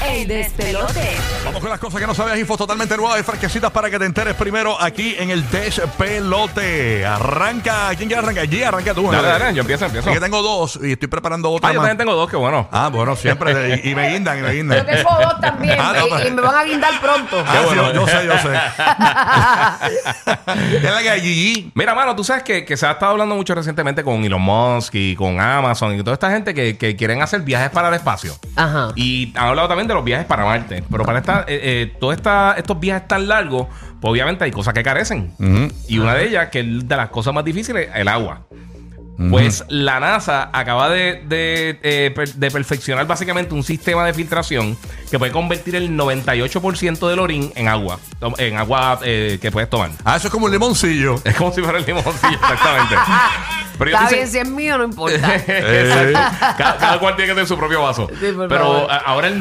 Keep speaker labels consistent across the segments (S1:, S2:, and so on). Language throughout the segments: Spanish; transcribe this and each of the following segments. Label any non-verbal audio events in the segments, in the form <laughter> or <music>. S1: El despelote.
S2: Vamos con las cosas que no sabías, infos totalmente nuevas y fresquecitas para que te enteres primero aquí en el despelote. Arranca, ¿quién quiere arrancar? Allí arranca tú.
S3: Dale,
S2: ¿no?
S3: dale, yo empiezo, empiezo.
S2: Es que tengo dos y estoy preparando otra
S3: Ah, yo
S2: más.
S3: también tengo dos, qué bueno.
S2: Ah, bueno, siempre. Y, y me guindan, y me
S1: Yo
S2: guindan.
S1: tengo <laughs> dos también
S2: Ah, no,
S1: y-
S3: pues.
S2: pero-
S1: y me van a guindar pronto.
S2: Ah, sí,
S3: bueno.
S2: yo, yo sé, yo
S3: <laughs>
S2: sé. es la que hay, Gigi.
S3: Mira, mano, tú sabes que, que se ha estado hablando mucho recientemente con Elon Musk y con Amazon y toda esta gente que, que quieren hacer viajes para el espacio.
S1: Ajá.
S3: Y han hablado también de los viajes para Marte. Pero para esta, eh, eh, todos esta- estos viajes tan largos, pues obviamente hay cosas que carecen. Y una de ellas, que es de las cosas más difíciles, el agua. Pues la NASA acaba de, de, eh, per- de perfeccionar básicamente un sistema de filtración que puede convertir el 98% del orín en agua, Tom- en agua eh, que puedes tomar.
S2: Ah, eso es como un limoncillo.
S3: Es como si fuera el limoncillo, exactamente. Pero
S1: Está
S3: estoy
S1: bien,
S3: se-
S1: si es mío, no importa. <laughs>
S3: Exacto. Eh, cada, cada cual tiene que tener su propio vaso.
S1: por favor.
S3: Pero a- ahora el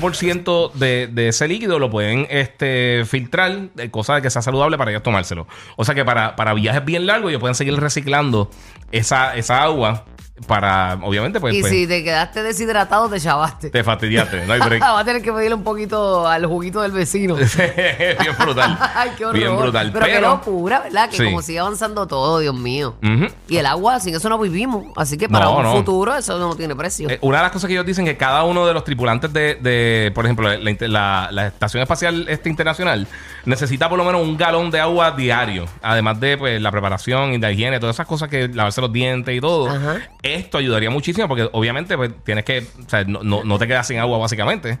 S3: 98% de, de ese líquido lo pueden este, filtrar, eh, cosa de que sea saludable para ellos tomárselo. O sea que para, para viajes bien largos ellos pueden seguir reciclando esa, esa agua para, obviamente, <laughs> pues,
S1: Y
S3: pues,
S1: si te quedaste deshidratado, te chavaste. <laughs>
S3: te fastidiaste. No hay break. <laughs>
S1: Va a tener que pedirle un poquito al juguito del vecino.
S3: bien brutal.
S1: <laughs> Ay, qué horror.
S3: Bien brutal.
S1: Pero, qué locura, ¿verdad? Que
S3: Sí.
S1: como sigue avanzando todo, Dios mío.
S3: Ujú.
S1: Y el agua, sin eso no vivimos. Así que para
S3: No,
S1: un
S3: no.
S1: futuro eso no tiene precio.
S3: Eh, una de las cosas que ellos dicen que cada uno de los tripulantes de, de, por ejemplo, la, inter- la- la Estación Espacial este, Internacional necesita por lo menos un galón de agua diario. Además de pues, la preparación y la higiene, todas esas cosas que lavarse los dientes y todo.
S1: Ajá.
S3: Esto ayudaría muchísimo porque obviamente pues, tienes que, o sea, no, no- no te quedas sin agua básicamente.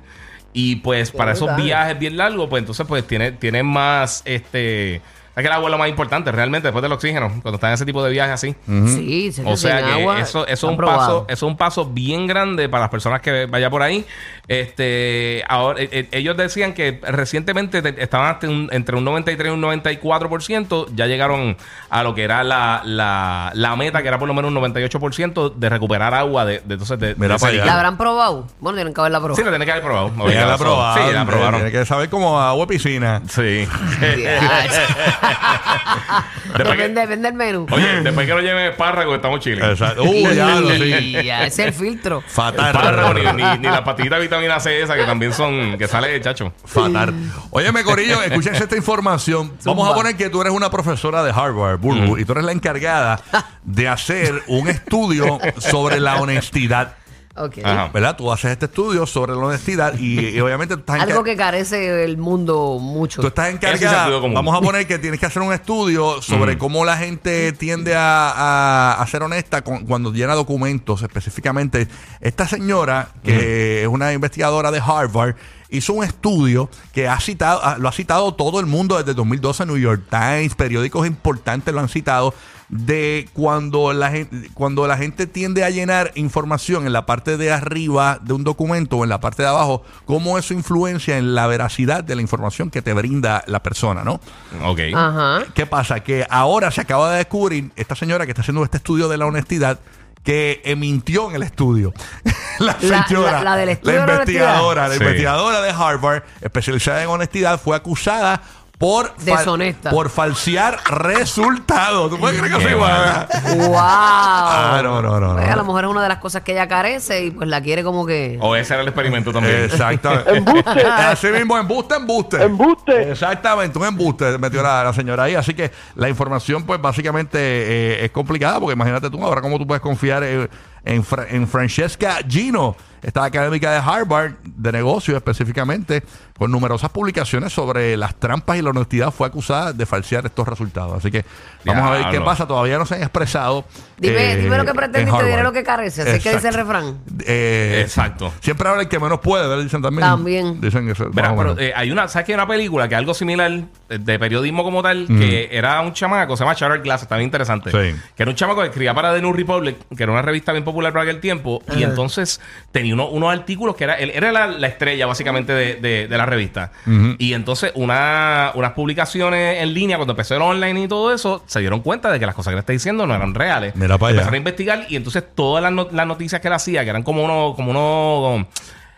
S3: Y pues para esos
S1: brutal.
S3: viajes bien largos, pues entonces pues tienes tiene más, este... Es que el agua es lo más importante realmente después del oxígeno, cuando están en ese tipo de viajes así.
S1: Sí, se
S3: O sea
S1: sin
S3: que
S1: agua,
S3: eso, eso es
S1: está
S3: un
S1: probado.
S3: paso, eso es un paso bien grande para las personas que vayan por ahí. Este, ahora, eh, eh, ellos decían que recientemente te- estaban hasta un- entre un 93 y un 94%, ya llegaron a lo que era la, la, la meta, que era por lo menos un 98% de recuperar agua de, de entonces de,
S2: Mira
S3: de ese
S2: para allá.
S1: ¿La
S3: líquido.
S1: habrán probado? Bueno, tienen que haberla probado.
S3: Sí, la tienen que haber probado.
S2: Ya la
S3: obligado.
S2: probaron.
S3: Sí, la
S2: Tiene
S3: probaron.
S2: que saber como agua de piscina.
S3: Sí. <laughs>
S1: <laughs>
S3: Después que-
S1: depende, depende del menú.
S3: oye, después que no lleven espárrago, estamos chiles.
S2: Exacto.
S1: <laughs>
S2: Uh, ya lo sí.
S1: Y ya, ese es el filtro.
S2: Fatal.
S3: Espárrago, ni, ni, ni las pastillitas de vitamina C esa que también son, que sale de chacho.
S2: Fatal. Óyeme, Corillo, escúchense esta información.
S3: <laughs>
S2: Vamos a
S1: Zumba.
S2: poner que tú eres una profesora de Harvard, Burbu, y tú eres la encargada de hacer un estudio sobre la honestidad.
S1: Ok.
S3: Ajá.
S2: ¿Verdad? Tú haces este estudio sobre la honestidad y, y obviamente tú estás, encar-
S1: Algo que carece el mundo mucho.
S2: tú estás
S3: Ese es el
S2: encargada.
S3: sentido común.
S2: Vamos a poner que tienes que hacer un estudio sobre cómo la gente tiende a, a- a ser honesta con- cuando llena documentos específicamente. Esta señora, que es una investigadora de Harvard, hizo un estudio que ha citado, ah, lo ha citado todo el mundo desde 2012, New York Times, periódicos importantes lo han citado, de cuando la, gente, cuando la gente tiende a llenar información en la parte de arriba de un documento o en la parte de abajo, cómo eso influencia en la veracidad de la información que te brinda la persona, ¿no?
S3: Ok.
S2: <laughs>
S1: Ajá.
S2: ¿Qué pasa? Que ahora se acaba de descubrir esta señora que está haciendo este estudio de la honestidad que eh, mintió en el estudio. <laughs> la
S1: La-
S2: señora,
S1: la- la del estudio de la
S2: investigadora, la
S3: honestidad. Sí.
S2: investigadora de Harvard, especializada en honestidad, fue acusada por fal-
S1: Deshonesta.
S2: por falsear resultados. ¿Tú puedes creer que
S3: Qué
S2: soy
S3: mal.
S1: ¡Wow!
S2: Ah, no, no, no, Oh, no.
S1: Pues a lo mejor es una de las cosas que ella carece y pues la quiere como que.
S3: O ese era el experimento también.
S2: Exactamente. embuste. <laughs> Así mismo, embuste, embuste. Embuste. Exactamente, un embuste metió la, la señora ahí. Así que la información, pues básicamente eh, es complicada, porque imagínate tú ahora cómo tú puedes confiar eh, en, Fra- en Francesca Gino, esta académica de Harvard, de negocios específicamente, con numerosas publicaciones sobre las trampas y la honestidad, fue acusada de falsear estos resultados. Así que vamos a ver qué
S3: Diablo.
S2: pasa. Todavía no se han expresado.
S1: Dime,
S2: eh,
S1: dime lo que
S2: en
S1: pretende y te diré
S2: Harvard.
S1: lo que carece. Así que dice el
S2: Exacto.
S1: refrán.
S2: Eh,
S3: Exacto.
S2: Siempre habla el que menos puede, ¿verdad? Dicen también.
S1: También.
S2: Dicen eso. más
S3: Verá,
S2: o
S3: pero
S2: menos.
S3: eh, hay una, ¿sabes que hay una película que es algo similar eh, de periodismo como tal? Que era un chamaco, se llama Charles Glass, está bien interesante.
S2: Sí.
S3: Que era un chamaco que escribía para The New Republic, que era una revista bien popular para aquel tiempo. Y entonces tenía uno- unos artículos que era, él era la, la estrella básicamente de, de- de la revista. Y entonces una, unas publicaciones en línea, cuando empezó el online y todo eso, se dieron cuenta de que las cosas que le está diciendo no eran reales.
S2: Mira para allá.
S3: Empezaron a investigar y entonces todas las, no- las noticias que él hacía, que eran como unos... Como uno,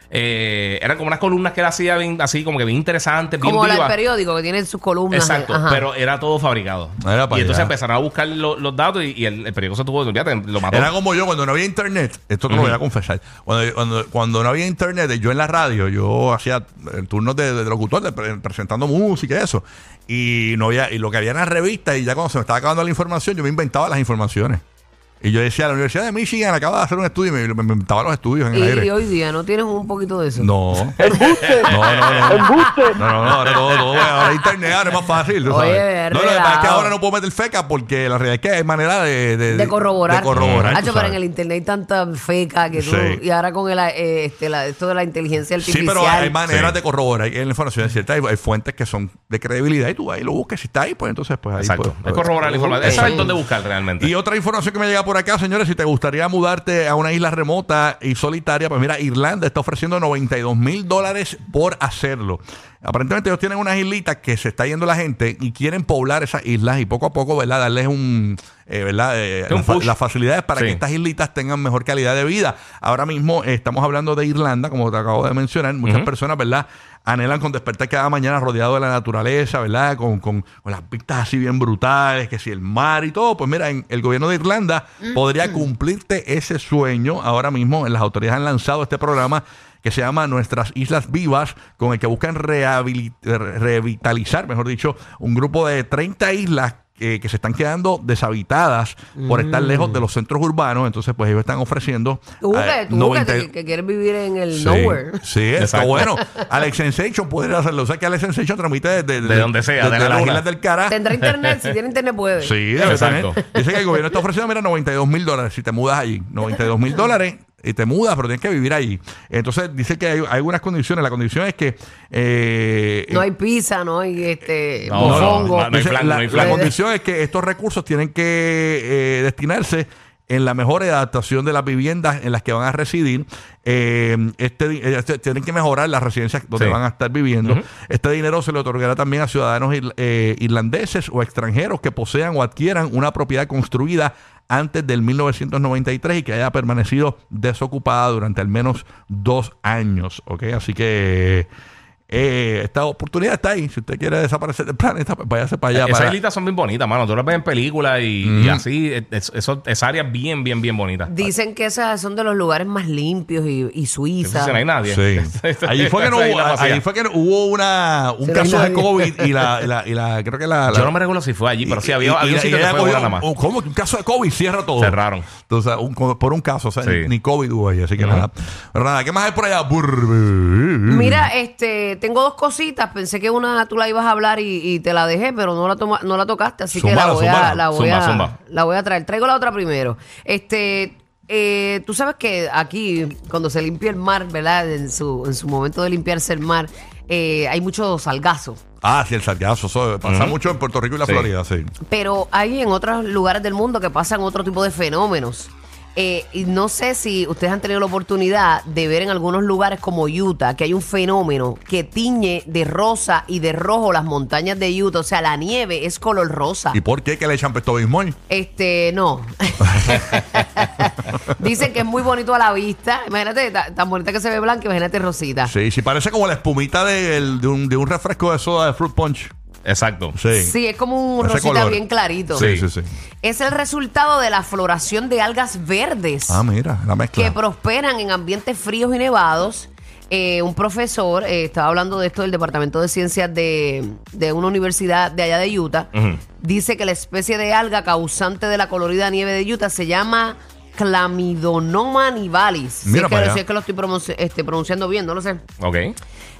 S3: eh, eran como unas columnas que él hacía bien- así como que bien interesantes, bien
S1: Como la del
S3: vivas.
S1: periódico que tiene sus columnas.
S3: Exacto,
S1: ajá.
S3: pero era todo fabricado.
S2: Era para
S3: y entonces
S2: allá.
S3: empezaron a buscar lo- los datos y, y el, el periódico se tuvo, olvídate, lo mató.
S2: Era como yo cuando no había internet, esto te lo voy a confesar, cuando, cuando, cuando no había internet, yo en la radio, yo hacía eh, turnos de, de locutor, de pre- presentando música y eso, y no había, y lo que había en la revista, y ya cuando se me estaba acabando la información, yo me inventaba las informaciones. Y yo decía, la Universidad de Michigan acaba de hacer un estudio y me, me inventaba los estudios en el
S1: y, y
S2: aire.
S1: hoy día no tienes un poquito de eso.
S2: No.
S4: Embuste.
S2: No, no, no.
S4: Embuste.
S2: No, no, no, ahora todo, todo, ahora internet ahora es más fácil. tú
S1: Oye,
S2: sabes. no, lo que
S1: relajo.
S2: pasa es que ahora no puedo meter feca porque la realidad es que hay manera de, de,
S1: De corroborar.
S2: eh, De corroborar. tú
S1: Hacho, pero en
S2: sabes.
S1: el internet hay tanta feca que tú.
S2: Sí.
S1: Y ahora con el, eh, este, la- esto de la inteligencia
S2: Sí,
S1: artificial.
S2: pero hay maneras
S3: Sí.
S2: de corroborar. Hay información cierta, hay, hay fuentes que son de credibilidad y tú ahí lo buscas. Si está ahí, pues entonces, pues ahí.
S3: Exacto.
S2: pues,
S3: Es corroborar la información.
S1: Ok.
S3: Es saber dónde buscar realmente.
S2: Y otra información que me llega por acá, señores, si te gustaría mudarte a una isla remota y solitaria, pues mira, Irlanda está ofreciendo 92 mil dólares por hacerlo. Aparentemente ellos tienen unas islitas que se está yendo la gente y quieren poblar esas islas y poco a poco, ¿verdad? Darles un, eh, ¿verdad? Eh,
S3: Un
S2: la fa-
S3: push.
S2: las facilidades para
S3: Sí.
S2: que estas islitas tengan mejor calidad de vida. Ahora mismo eh, estamos hablando de Irlanda, como te acabo de mencionar, muchas personas, ¿verdad? Anhelan con despertar cada mañana rodeado de la naturaleza, ¿verdad? Con, con- con las pistas así bien brutales, que si el mar y todo. Pues mira, en- el gobierno de Irlanda podría cumplirte ese sueño. Ahora mismo las autoridades han lanzado este programa que se llama Nuestras Islas Vivas, con el que buscan rehabilit- eh, revitalizar, mejor dicho, un grupo de 30 islas eh, que se están quedando deshabitadas por estar lejos de los centros urbanos. Entonces, pues ellos están ofreciendo
S1: Mm. Tú,
S2: eh,
S3: Ah,
S1: que, tú
S2: 90
S1: que, que quieres vivir en el
S2: Sí,
S1: nowhere.
S2: sí,
S3: <laughs>
S2: está
S3: Exacto.
S2: bueno. Alex Sensation podría hacerlo. O sea que Alex Sensation transmite desde
S3: De donde sea, de la
S2: las
S3: luna.
S2: islas del cara.
S1: Tendrá internet, si tiene internet puede.
S2: Sí, debe
S3: Exacto.
S2: tener. Dice que el gobierno está ofreciendo, mira, 92 mil dólares si te mudas allí. 92 mil dólares y te mudas, pero tienes que vivir allí. Entonces dice que hay, hay unas condiciones. La condición es que... eh,
S1: No hay pizza, no hay este,
S3: No, no,
S1: mofongo.
S3: no, no hay
S2: Dice,
S3: plan,
S2: la,
S3: no hay
S2: la
S3: plan.
S2: condición es que estos recursos tienen que eh, destinarse en la mejor adaptación de las viviendas en las que van a residir. Eh, este, di- eh, este- tienen que mejorar las residencias donde
S3: Sí.
S2: van a estar viviendo. Este dinero se le otorgará también a ciudadanos ir- eh, irlandeses o extranjeros que posean o adquieran una propiedad construida antes del 1993 y que haya permanecido desocupada durante al menos dos años. ¿ok? Así que eh, esta oportunidad está ahí. Si usted quiere desaparecer del planeta, pues váyase para allá.
S3: Esas
S2: para-
S3: islitas son bien bonitas, mano. Tú las ves en películas y, y así. es- es- eso- esa área es bien, bien, bien bonita.
S1: Dicen que esas son de los lugares más limpios y, y
S3: Eso
S1: Suiza.
S3: sí, no hay nadie.
S2: Sí.
S3: <laughs>
S2: Allí fue que no
S3: Ah, Esa
S2: hubo,
S3: isla vacía.
S2: ahí fue que no hubo una, un
S1: Sí, no hay
S2: caso de
S1: nadie.
S2: COVID y la, y la, y la- creo que la, la-
S3: Yo no me recuerdo si fue allí, pero sí
S2: y-
S3: había,
S2: y-
S3: había
S2: y-
S3: un sitio
S2: y
S3: que
S2: ella
S3: fue una
S2: cogió
S3: nada más.
S2: un- ¿Cómo? Un caso de COVID cierra todo.
S3: Cerraron.
S2: Entonces, un co- por un caso, o sea,
S3: Sí.
S2: ni- ni COVID hubo ahí, así que
S3: Ujú.
S2: nada. Pero nada, ¿qué más hay por allá? Burr.
S1: Mira, este, tengo dos cositas. Pensé que una tú la ibas a hablar y, y te la dejé, pero no la toma- no la tocaste, así que
S2: Zúmbala,
S1: la voy
S2: zúmbala.
S1: a, la voy
S3: Zumba,
S1: a-
S3: zumba.
S1: la voy a traer. Traigo la otra primero. Este, eh, tú sabes que aquí cuando se limpia el mar, ¿verdad? En su, en su momento de limpiarse el mar, eh, hay mucho salgazo.
S2: Ah, sí, el sargazo. eso pasa
S3: Ujú.
S2: mucho en Puerto Rico y la
S3: Sí.
S2: Florida, sí.
S1: pero hay en otros lugares del mundo que pasan otro tipo de fenómenos. Eh, y no sé si ustedes han tenido la oportunidad de ver en algunos lugares como Utah que hay un fenómeno que tiñe de rosa y de rojo las montañas de Utah. O sea, la nieve es color rosa.
S2: ¿Y por qué que le echan pesto bismol?
S1: Este,
S2: <laughs>
S1: no. Dicen que es muy bonito a la vista. Imagínate, ta- tan bonita que se ve blanca, imagínate rosita.
S2: Sí, sí, parece como la espumita de, el- de un, de un refresco de soda de Fruit Punch.
S3: Exacto.
S2: Sí.
S1: Sí, es como un
S2: Ese
S1: rosita
S2: color.
S1: bien clarito.
S2: Sí, sí, sí.
S1: Es el resultado de la floración de algas verdes.
S2: Ah, mira, la mezcla.
S1: que prosperan en ambientes fríos y nevados. Eh, un profesor eh, estaba hablando de esto del Departamento de Ciencias de, de una universidad de allá de Utah.
S3: Ujú.
S1: Dice que la especie de alga causante de la colorida nieve de Utah se llama Clamidonoma nivalis. Si
S2: Mira
S1: es que-
S2: para allá.
S1: si es que lo estoy pronunci- este, pronunciando bien, no lo sé.
S3: Ok.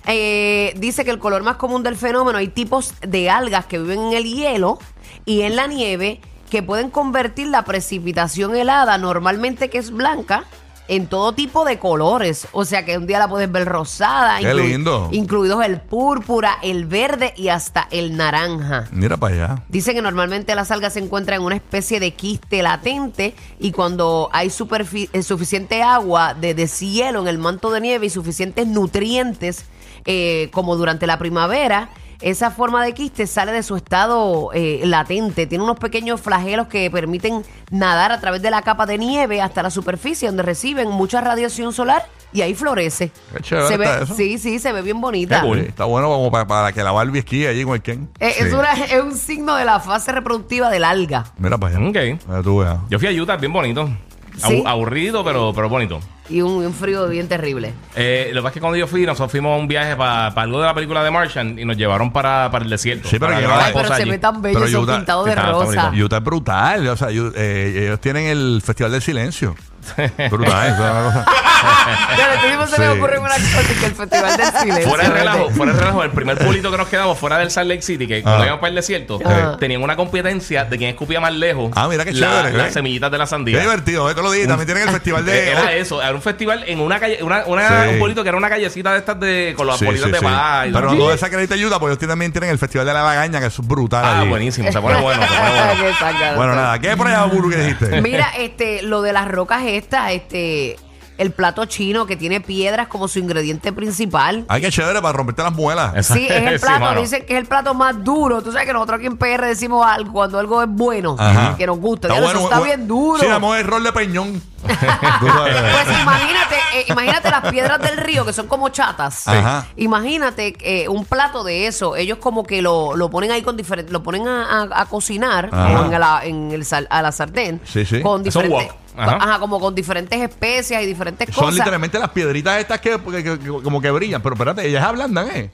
S1: Eh, dice que el color más común del fenómeno hay tipos de algas que viven en el hielo y en la nieve que pueden convertir la precipitación helada, normalmente que es blanca, en todo tipo de colores. O sea que un día la puedes ver rosada,
S2: Qué lindo.
S1: incluidos el púrpura, el verde y hasta el naranja.
S2: Mira para allá.
S1: Dice que normalmente la algas se encuentra en una especie de quiste latente y cuando hay superfi- eh, suficiente agua de deshielo en el manto de nieve y suficientes nutrientes eh, como durante la primavera, esa forma de quiste sale de su estado eh, latente. Tiene unos pequeños flagelos que permiten nadar a través de la capa de nieve hasta la superficie donde reciben mucha radiación solar y ahí florece.
S2: Qué chévere
S1: se ve,
S2: está eso.
S1: Sí, sí, se ve bien bonita.
S2: Sí, está bueno como para, para que la Barbie esquí allí con el Ken.
S1: Eh,
S2: Sí.
S1: es, una- es un signo de la fase reproductiva del alga.
S2: Mira para allá.
S3: Ok.
S2: Mira tú, veas.
S3: Yo fui a Utah, bien bonito. Abu-
S1: Sí.
S3: Aburrido, pero, pero bonito.
S1: y un, y un frío bien terrible.
S3: Eh, lo que pasa es que cuando yo fui, nosotros fuimos a un viaje para algo de la película de Martian y nos llevaron para, para el desierto.
S2: Sí, pero
S3: para
S2: que
S3: grabar
S2: va- Ay,
S1: pero
S3: cosas
S1: se
S3: allí.
S1: ve tan bello,
S2: Pero
S1: eso
S2: Utah-
S1: pintado de
S3: está- está
S1: rosa. <laughs>
S3: bonito.
S2: Utah es brutal. O sea, Yu- eh, ellos tienen el Festival del
S3: <laughs>
S2: Silencio. brutal. eso es una cosa-
S1: Pero tú mismo se
S2: Sí.
S1: me ocurre una cosa que el Festival del Silencio.
S3: Fuera de
S1: ¿verdad?
S3: relajo, fuera de relajo, el primer pueblito que nos quedamos fuera del Salt Lake City, que
S2: Ah.
S3: cuando íbamos para el desierto,
S1: Ajá.
S3: tenían una competencia de quién escupía más lejos
S2: Ah, mira qué
S3: la-
S2: chévere, ¿eh?
S3: las semillitas de la
S2: Qué
S3: sandía.
S2: divertido. eh, te lo dije. También tienen el Festival de...
S3: Eh, <laughs> Era eso, era un festival en una calle, una, una-
S2: Sí.
S3: un pueblito que era una callecita de estas de con las
S2: Sí,
S3: bolitas
S2: sí,
S3: de
S2: sí.
S3: paz. y-
S2: Pero no desacredita ayuda, porque ellos también tienen el Festival de la Lagaña, que eso es brutal.
S3: Ah,
S2: allí.
S3: buenísimo, se pone bueno, se
S1: <laughs>
S3: pone bueno.
S1: Qué sacado.
S2: Bueno, nada, ¿qué hay por allá, Buru, que dijiste?
S1: Mira, este, lo de las rocas estas, este, el plato chino que tiene piedras como su ingrediente principal.
S2: Hay que chévere para romperte las muelas.
S1: Sí, es el
S3: Ah, Sí,
S1: plato,
S3: mano.
S1: dicen que es el plato más duro. Tú sabes que nosotros aquí en PR decimos algo cuando algo es bueno,
S2: Ajá.
S1: que nos gusta. Diablo, eso está bien duro.
S2: Sí, amor, el rol de peñón. <laughs> Tú sabes. <laughs>
S1: Pues imagínate, eh, imagínate las piedras del río que son como chatas.
S2: Ajá.
S1: Imagínate eh, un plato de eso. Ellos como que lo, lo ponen ahí con diferentes, lo ponen a, a- a cocinar
S2: Ajá.
S1: o en la, en el sal- a la sartén.
S2: Sí, sí.
S1: Con
S3: Es un
S1: diferentes,
S3: wok. Ajá.
S1: ajá, como con diferentes especias y diferentes
S2: Son
S1: cosas.
S2: literalmente las piedritas estas que, que- que- que como que brillan. Pero espérate, ellas ablandan, ¿eh?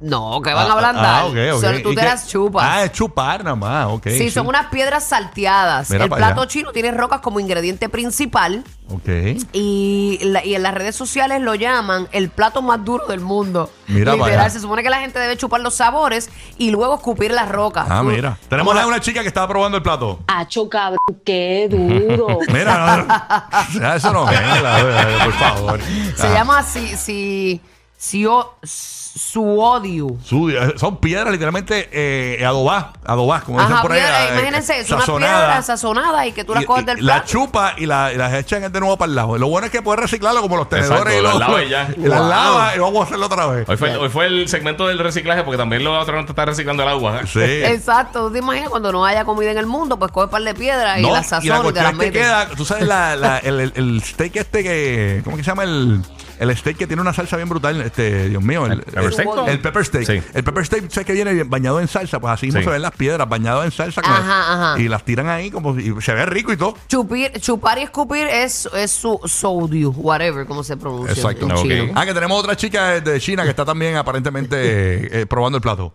S1: No, que van a
S2: Ah,
S1: ablandar.
S2: Ah, ok, ok.
S1: Solo tú
S2: ¿Y
S1: te
S2: qué?
S1: las chupas.
S2: Ah, es chupar nada más, ok.
S1: sí, son unas piedras salteadas.
S2: Mira
S1: el
S2: pa'
S1: plato
S2: allá.
S1: chino tiene rocas como ingrediente principal.
S2: Ok.
S1: Y, la- y en las redes sociales lo llaman el plato más duro del mundo.
S2: Mira para allá.
S1: Literal, se supone que la gente debe chupar los sabores y luego escupir las rocas.
S2: Ah,
S1: Tú-
S2: mira. Tenemos a una chica que estaba probando el plato.
S4: Acho, cabrón, qué duro.
S2: <laughs> Mira,
S1: <laughs>
S2: no, no. Ah, eso no es, la verdad, por favor.
S1: Se
S2: Ah.
S1: llama si, si, si o- su odio.
S2: Su- eh, son piedras literalmente eh, adobadas, adobadas, como dicen
S1: Ajá,
S2: por ahí.
S1: piedra,
S2: eh,
S1: imagínese, es una
S2: sazonadas.
S1: piedra sazonada y que tú la
S2: Y-
S1: coges
S2: y
S1: del
S2: la
S1: plato.
S2: chupa y, la- y las echan de nuevo para el lado. Lo bueno es que puedes reciclarlo como los
S3: Exacto,
S2: tenedores y
S3: las
S2: los
S3: lavas y ya.
S2: y las
S1: Wow.
S2: lavas y vamos a hacerlo otra vez.
S3: Hoy fue, hoy fue el segmento del reciclaje porque también los otros no está reciclando el agua. ¿eh?
S2: Sí.
S1: Exacto, tú te imaginas cuando no haya comida en el mundo, pues coges par de piedras y
S2: No,
S1: las sazonas y te
S2: cuestión
S1: las
S2: es que
S1: metes.
S2: queda, tú sabes, la, la- el, el- el steak este que. ¿Cómo que se llama? El, el steak que tiene una salsa bien brutal. Este, Dios mío. El,
S3: pepper steak?
S2: el pepper steak.
S3: Sí.
S2: El pepper steak, ¿sabes que viene bañado en salsa? Pues así mismo
S3: Sí.
S2: se ven las piedras bañadas en salsa. con
S1: Ajá,
S2: el-
S1: ajá.
S2: Y las tiran ahí como. Y se ve rico y todo.
S1: Chupir- chupar y escupir es, es su sodio, whatever, como se pronuncia. en-
S2: Exacto.
S1: en
S3: Ok.
S1: chino.
S2: Ah, que tenemos otra chica de China que está también aparentemente eh, eh, probando el plato.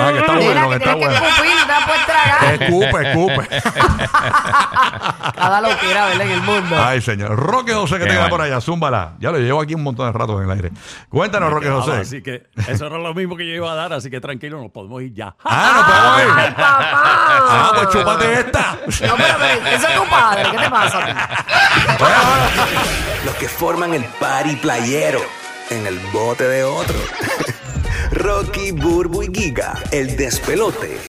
S2: Ah, que está
S1: Mira,
S2: bueno, que
S1: que
S2: está
S1: tienes que
S2: bueno.
S1: escupir, no te la puedes tragar.
S2: Escupe, escupe.
S1: Cada loquera, ¿verdad? En el mundo.
S2: Eh, Ay, señor. Roque José, que
S3: Qué
S2: te queda
S3: bueno.
S2: por allá. Zúmbala. Ya lo llevo aquí un montón de rato en el aire. Cuéntanos, Roque José.
S5: Así que eso era lo mismo que yo iba a dar, así que tranquilo, nos podemos ir ya.
S2: Ah, no,
S1: ¡Ay,
S2: pero
S1: papá!
S2: Ah, pues chúpate esta.
S1: No, pero, pero, ese es tu padre. ¿Qué te pasa a ti? <laughs>
S6: Los que forman el party playero en el <laughs> bote de otro. Rocky, Burbu y Giga, el despelote.